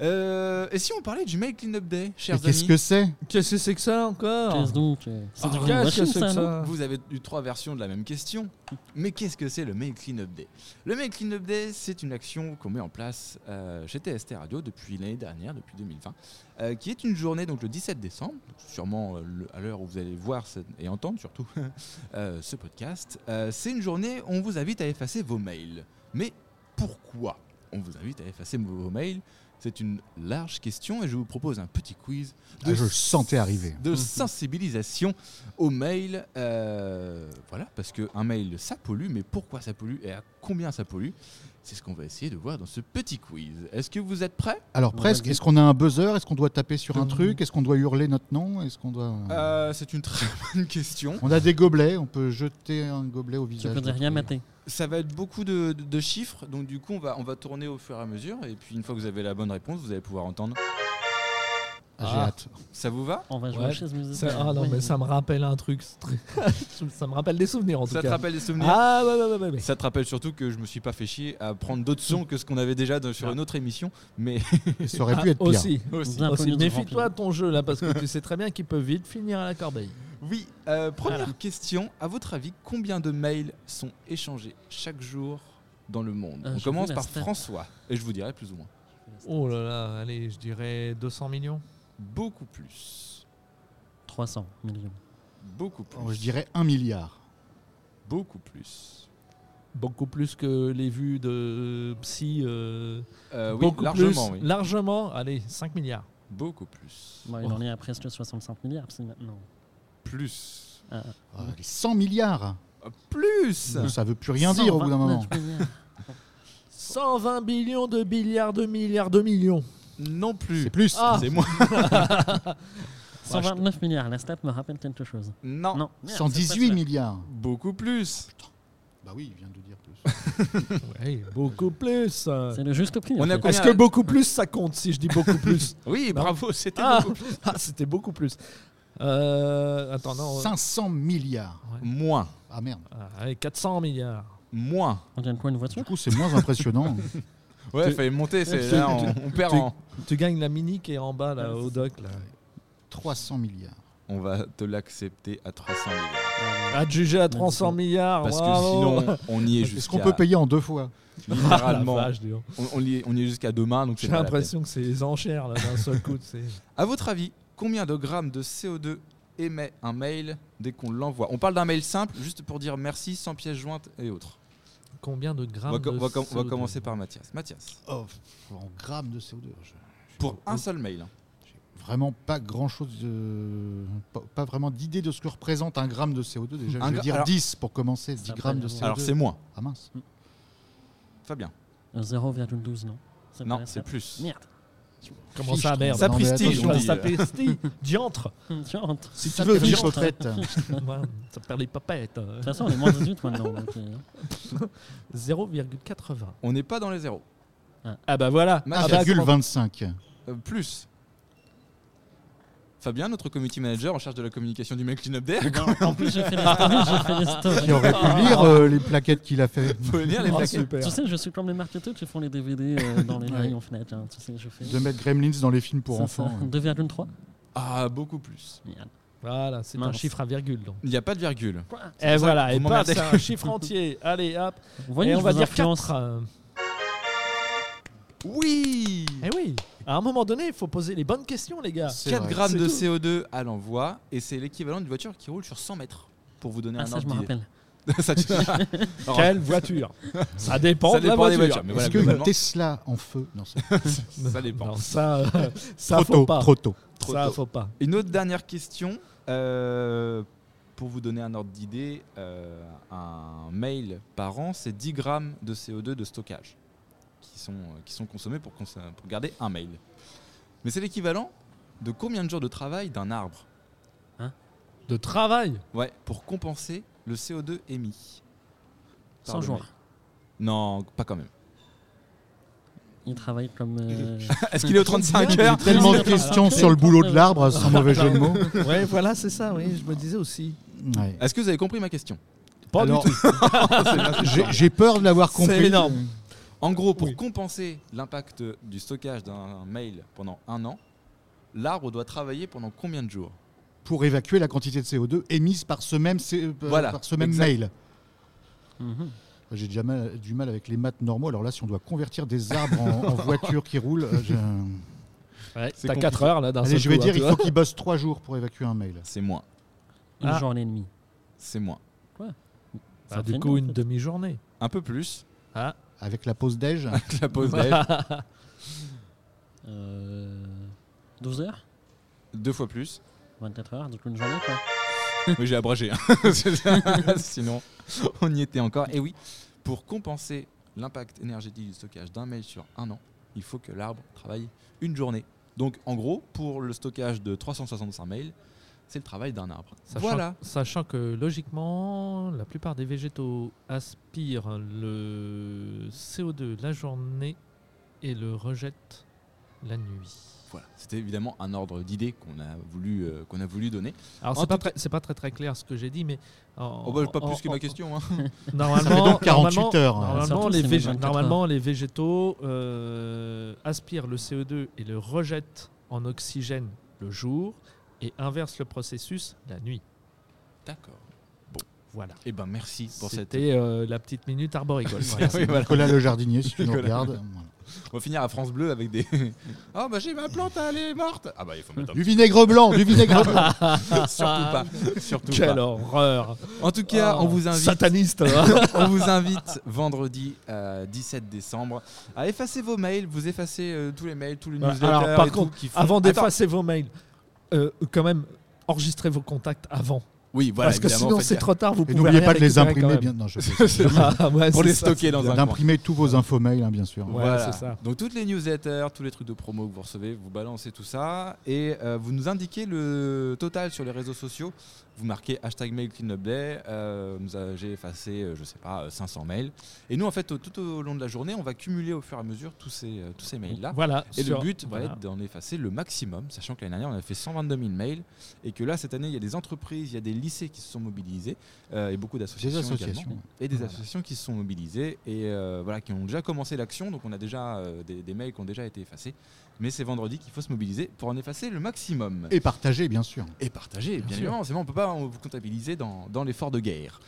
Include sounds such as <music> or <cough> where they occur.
Euh, et si on parlait du Make Clean Up Day, chers Mais amis qu'est-ce que c'est Qu'est-ce que c'est que ça encore Qu'est-ce donc euh, C'est Ah, du qu'est-ce machin, que c'est que ça, non ça Vous avez eu trois versions de la même question, mais qu'est-ce que c'est le Mail Cleanup Day Le Mail Cleanup Day, c'est une action qu'on met en place euh, chez TST Radio depuis l'année dernière, depuis 2020, euh, qui est une journée donc le 17 décembre, donc sûrement euh, le- à l'heure où vous allez voir ce- et entendre surtout <laughs> euh, ce podcast. Euh, c'est une journée où on vous invite à effacer vos mails. Mais pourquoi on vous invite à effacer vos mails C'est une large question et je vous propose un petit quiz de Ah, Je le sentais arriver. de sensibilisation au mail. euh, voilà, parce qu'un mail, ça pollue, mais pourquoi ça pollue et à combien ça pollue C'est ce qu'on va essayer de voir dans ce petit quiz. Est-ce que vous êtes prêts Alors On presque, va dire- est-ce qu'on a un buzzer Est-ce qu'on doit taper sur un Dum. truc Est-ce qu'on doit hurler notre nom Est-ce qu'on doit... Euh, C'est une très <laughs> bonne question. On a des gobelets, on peut jeter un gobelet au Tu visage. peux de dire rien l'autre. maté. Ça va être beaucoup de, de- de chiffres, donc du coup, on va, on va tourner au fur et à mesure. Et puis, une fois que vous avez la bonne réponse, vous allez pouvoir entendre. Ah, J'ai Ah. hâte. Ça vous va On va jouer Ouais. à chaise musicale. Ça- Ah non, Ouais. mais ça me rappelle un truc. c'est très- <laughs> ça me rappelle des souvenirs en tout Ça te cas. rappelle des souvenirs Ah ouais, ouais, ouais, ouais, ouais. Ça te rappelle surtout que je me suis pas fait chier à prendre d'autres sons que ce qu'on avait déjà dans- sur Non. une autre émission, mais <laughs> Ça aurait Ah, pu être pire. aussi. aussi. Bien aussi. connu du grand Méfie-toi de ton jeu là <laughs> parce que tu sais très bien qu'il peut vite finir à la corbeille. Oui, euh, première question. À votre avis, combien de mails sont échangés chaque jour dans le monde Euh, On j'ai commence vu la par stat. François, et je vous dirai plus ou moins. Oh là là, allez, je dirais 200 millions. Beaucoup plus. 300 millions. Beaucoup plus. Oh, Je dirais un milliard. Beaucoup plus. Beaucoup plus que les vues de psy. euh, Euh, oui, beaucoup largement, plus. oui. Largement, allez, 5 milliards. Beaucoup plus. Bon, il Oh. en est à presque 65 milliards c'est maintenant. Euh, Plus. Ah, les 100 milliards Euh, Plus Ça veut plus rien dire au bout d'un moment. 129 milliards. 120 billions de milliards de milliards de <laughs> millions. Non plus. C'est plus. Ah. C'est moins. 129 milliards, la stat me rappelle quelque chose. Non. Non, merde, c'est 118 pas milliards. Beaucoup plus. Bah oui, il vient de dire plus. Ouais, beaucoup plus. ça. C'est le juste prix. On en a fait. combien Est-ce que beaucoup plus ça compte si je dis beaucoup <laughs> plus Oui, Non. bravo, c'était Ah, beaucoup plus. ah, c'était beaucoup plus. Euh, attends, non. euh, 500 milliards. Moins. Ah merde. ah, allez, 400 milliards. Moins. On gagne quoi une Du voiture coup, c'est moins impressionnant. Ouais, Tu- fallait monter. c'est- tu- là, on, on perd tu- en. Tu gagnes la mini qui est en bas là au doc là. 300 milliards. On va te l'accepter à 300 milliards. Euh, Adjugé à 300 milliards. Parce que bravo. Ah, sinon, on y est Est-ce jusqu'à. qu'on peut payer en deux fois <laughs> littéralement. La vache, dis donc. on, on y est, on y est jusqu'à demain, donc c'est J'ai pas la l'impression que c'est les enchères là d'un seul coup. C'est peine. À votre avis, combien de grammes de CO2 émet un mail dès qu'on l'envoie On parle d'un mail simple, juste pour dire merci, sans pièce jointe et autres. combien de On grammes va, co- de on va com- on va CO2? commencer par Mathias. Mathias, Oh, pff, En grammes de CO2. je- je- pour oh, un seul mail. Vraiment pas grand chose de. Pas, pas vraiment d'idée de ce que représente un gramme de CO2. Déjà, Un je vais gra- dire alors- 10 pour commencer. 10 Ça va grammes pas de dire. CO2. Alors c'est moins. Ah mince. Fabien. Euh, 0,12, non C'est pas Non, la c'est stat. plus. Merde. <laughs> Comment Fiche, ça, merde non, mais Sapristi, attends, on je- dit. Ça pestille, <laughs> diantre. Tu rentres. De Si tu veux, fiche, je- au fait. Ouais, Ça perd les papettes. hein. toute façon, on <laughs> est moins 18 maintenant. donc, euh, 0,80. On n'est pas dans les zéros. Ah bah voilà. Mathias. Ah bah, comment- 1,25. Euh, plus. Fabien, notre community manager en charge de la communication du Mail Cleanup Day, non, en plus, j'ai fait les Ah. stories. j'ai fait les <laughs> stories. Qui aurait pu lire euh, les plaquettes qu'il a fait vous pouvez lire les Ah, plaquettes. super. Tu sais, je suis comme les marketeurs qui font les DVD euh, dans les Ouais. rayons fenêtres. hein, Tu sais, je fais. de mettre Gremlins dans les films pour Ça, ça, enfants. euh. 2,3 Ah, beaucoup plus. Merde. Voilà, c'est un Mince. chiffre à virgule donc. Il n'y a pas de virgule. Quoi Et Eh, voilà, vous et pas m'emmerdez. <laughs> c'est un chiffre entier. Allez hop. Vous voyez, et on je va vous dire influence. Mm. 4. Oui Eh oui. Ah. À un moment donné, il faut poser les bonnes questions les gars. C'est 4 vrai. grammes Ah, C'est de tout. CO2 à l'envoi et c'est l'équivalent d'une voiture qui roule sur 100 mètres pour vous donner Ah, un ça, je ordre me d'idée. rappelle. <laughs> Ça, <laughs> tu- Alors, <laughs> Quelle voiture Ça dépend, ça de la dépend des voiture. voitures, mais Est-ce voilà, que globalement, Tesla en feu Non, c'est ça dépend. Non, ça, euh, <laughs> ça trop faut tôt. pas. Trop tôt. Trop ça tôt. faut pas. Une autre dernière question euh, pour vous donner un ordre d'idée euh, un mail par an, c'est 10 grammes de CO2 de stockage qui sont, euh, qui sont consommés pour, consom- pour garder un mail. Mais c'est l'équivalent de combien de jours de travail d'un arbre De travail. <laughs> Ouais, pour compenser le CO2 émis. par 100 le jours. mail. Non, pas quand même. Il travaille comme. euh, <laughs> Est-ce qu'il est au 35 heures Tellement de questions sur le boulot de l'arbre, sans mauvais jeu de mots. Ouais, voilà, c'est ça. Oui, je me disais aussi. Ouais. Est-ce que vous avez compris ma question Pas Alors, du <laughs> tout. J'ai j'ai peur de l'avoir C'est compris. énorme. En gros, pour Oui. compenser l'impact du stockage d'un mail pendant un an, l'arbre doit travailler pendant combien de jours pour évacuer la quantité de CO2 émise par ce même, C- euh, Voilà, par ce même exact. mail. Mhm. J'ai déjà mal- du mal avec les maths normaux. Alors là, si on doit convertir des arbres en, <laughs> en voitures qui roulent, euh, je... Ouais, C'est T'as compliqué. 4 heures là d'un Allez, seul je vais coup, hein, dire, tu il vois. faut qu'ils bossent trois jours pour évacuer un mail. C'est moins. Une Ah. journée et demie. C'est moins. Bah, Ça du traîne, coup, en une fait. demi-journée. Un peu plus <laughs> Ah, Avec la pause <laughs> déj, que la pause déj. Euh, 12 heures Deux fois plus. 24 heures, donc une journée quoi. Oui, j'ai <laughs> abrégé. hein. C'est ça. Sinon, on y était encore. Et oui, pour compenser l'impact énergétique du stockage d'un mail sur un an, il faut que l'arbre travaille une journée. Donc, en gros, pour le stockage de 365 mails, c'est le travail d'un arbre. sachant, Voilà. sachant que logiquement, la plupart des végétaux aspirent le CO2 la journée et le rejettent la nuit. Voilà. C'était évidemment un ordre d'idées qu'on a voulu euh, qu'on a voulu donner. Alors En c'est pas, tout très- c'est pas très très clair ce que j'ai dit, mais en- Oh bah, pas en- plus que en- ma question. hein. Normalement, Ça fait donc 48 normalement- heures. hein. Normalement, Surtout, les, c'est vég- même 24 normalement, les végétaux euh, aspirent le CO2 et le rejettent en oxygène le jour et inversent le processus la nuit. D'accord. Voilà. Eh ben merci pour cette. C'était euh, la petite minute <laughs> arboricole. Voilà, Oui, c'est voilà. Nicolas le jardinier, si tu nous Nicolas. regardes. Voilà. On va finir à France Bleu avec des. <laughs> oh bah j'ai ma plante, elle est morte. Ah ah. bah il faut mettre. Du vinaigre blanc, du vinaigre blanc. un- Surtout pas. Surtout pas. Quelle horreur En tout cas, Oh, on vous invite. Sataniste hein. <laughs> on vous invite vendredi euh, 17 décembre à effacer vos mails, vous effacez euh, tous les mails, tous les Voilà. newsletters. Alors, par et tout contre, qui font- Avant Attends. d'effacer vos mails, euh, quand même, enregistrez vos contacts avant. Oui, voilà. parce que évidemment, sinon faites c'est trop tard, vous Et pouvez n'oubliez rien pas de les récupérer quand imprimer, même. bien. Non, <laughs> je Ah, ouais, Pour c'est les ça, stocker c'est dans un ça. coin. D'imprimer tous vos infomails, hein, bien sûr. Ouais, c'est ça. Donc toutes les newsletters, tous les trucs de promo que vous recevez, vous balancez tout ça et euh, vous nous indiquez le total sur les réseaux sociaux. Vous marquez hashtag mail cleanup day. euh, nous a- J'ai effacé, euh, je sais pas, euh, 500 mails. Et nous, en fait, au- tout au long de la journée, on va cumuler au fur et à mesure tous ces, euh, tous ces mails-là. Voilà. Et sur- le but voilà. va être d'en effacer le maximum, sachant que l'année dernière, on a fait 122 000 mails et que là, cette année, il y a des entreprises, il y a des lycées qui se sont mobilisés euh, et beaucoup Des d'associations. également associations. et des Voilà. associations qui se sont mobilisées et euh, voilà, qui ont déjà commencé l'action. Donc on a déjà euh, des, des mails qui ont déjà été effacés. Mais c'est vendredi qu'il faut se mobiliser pour en effacer le maximum. Et partager, bien sûr. Et, partager, bien sûr. évidemment. C'est bon, on peut pas euh, vous comptabiliser dans, dans l'effort de guerre.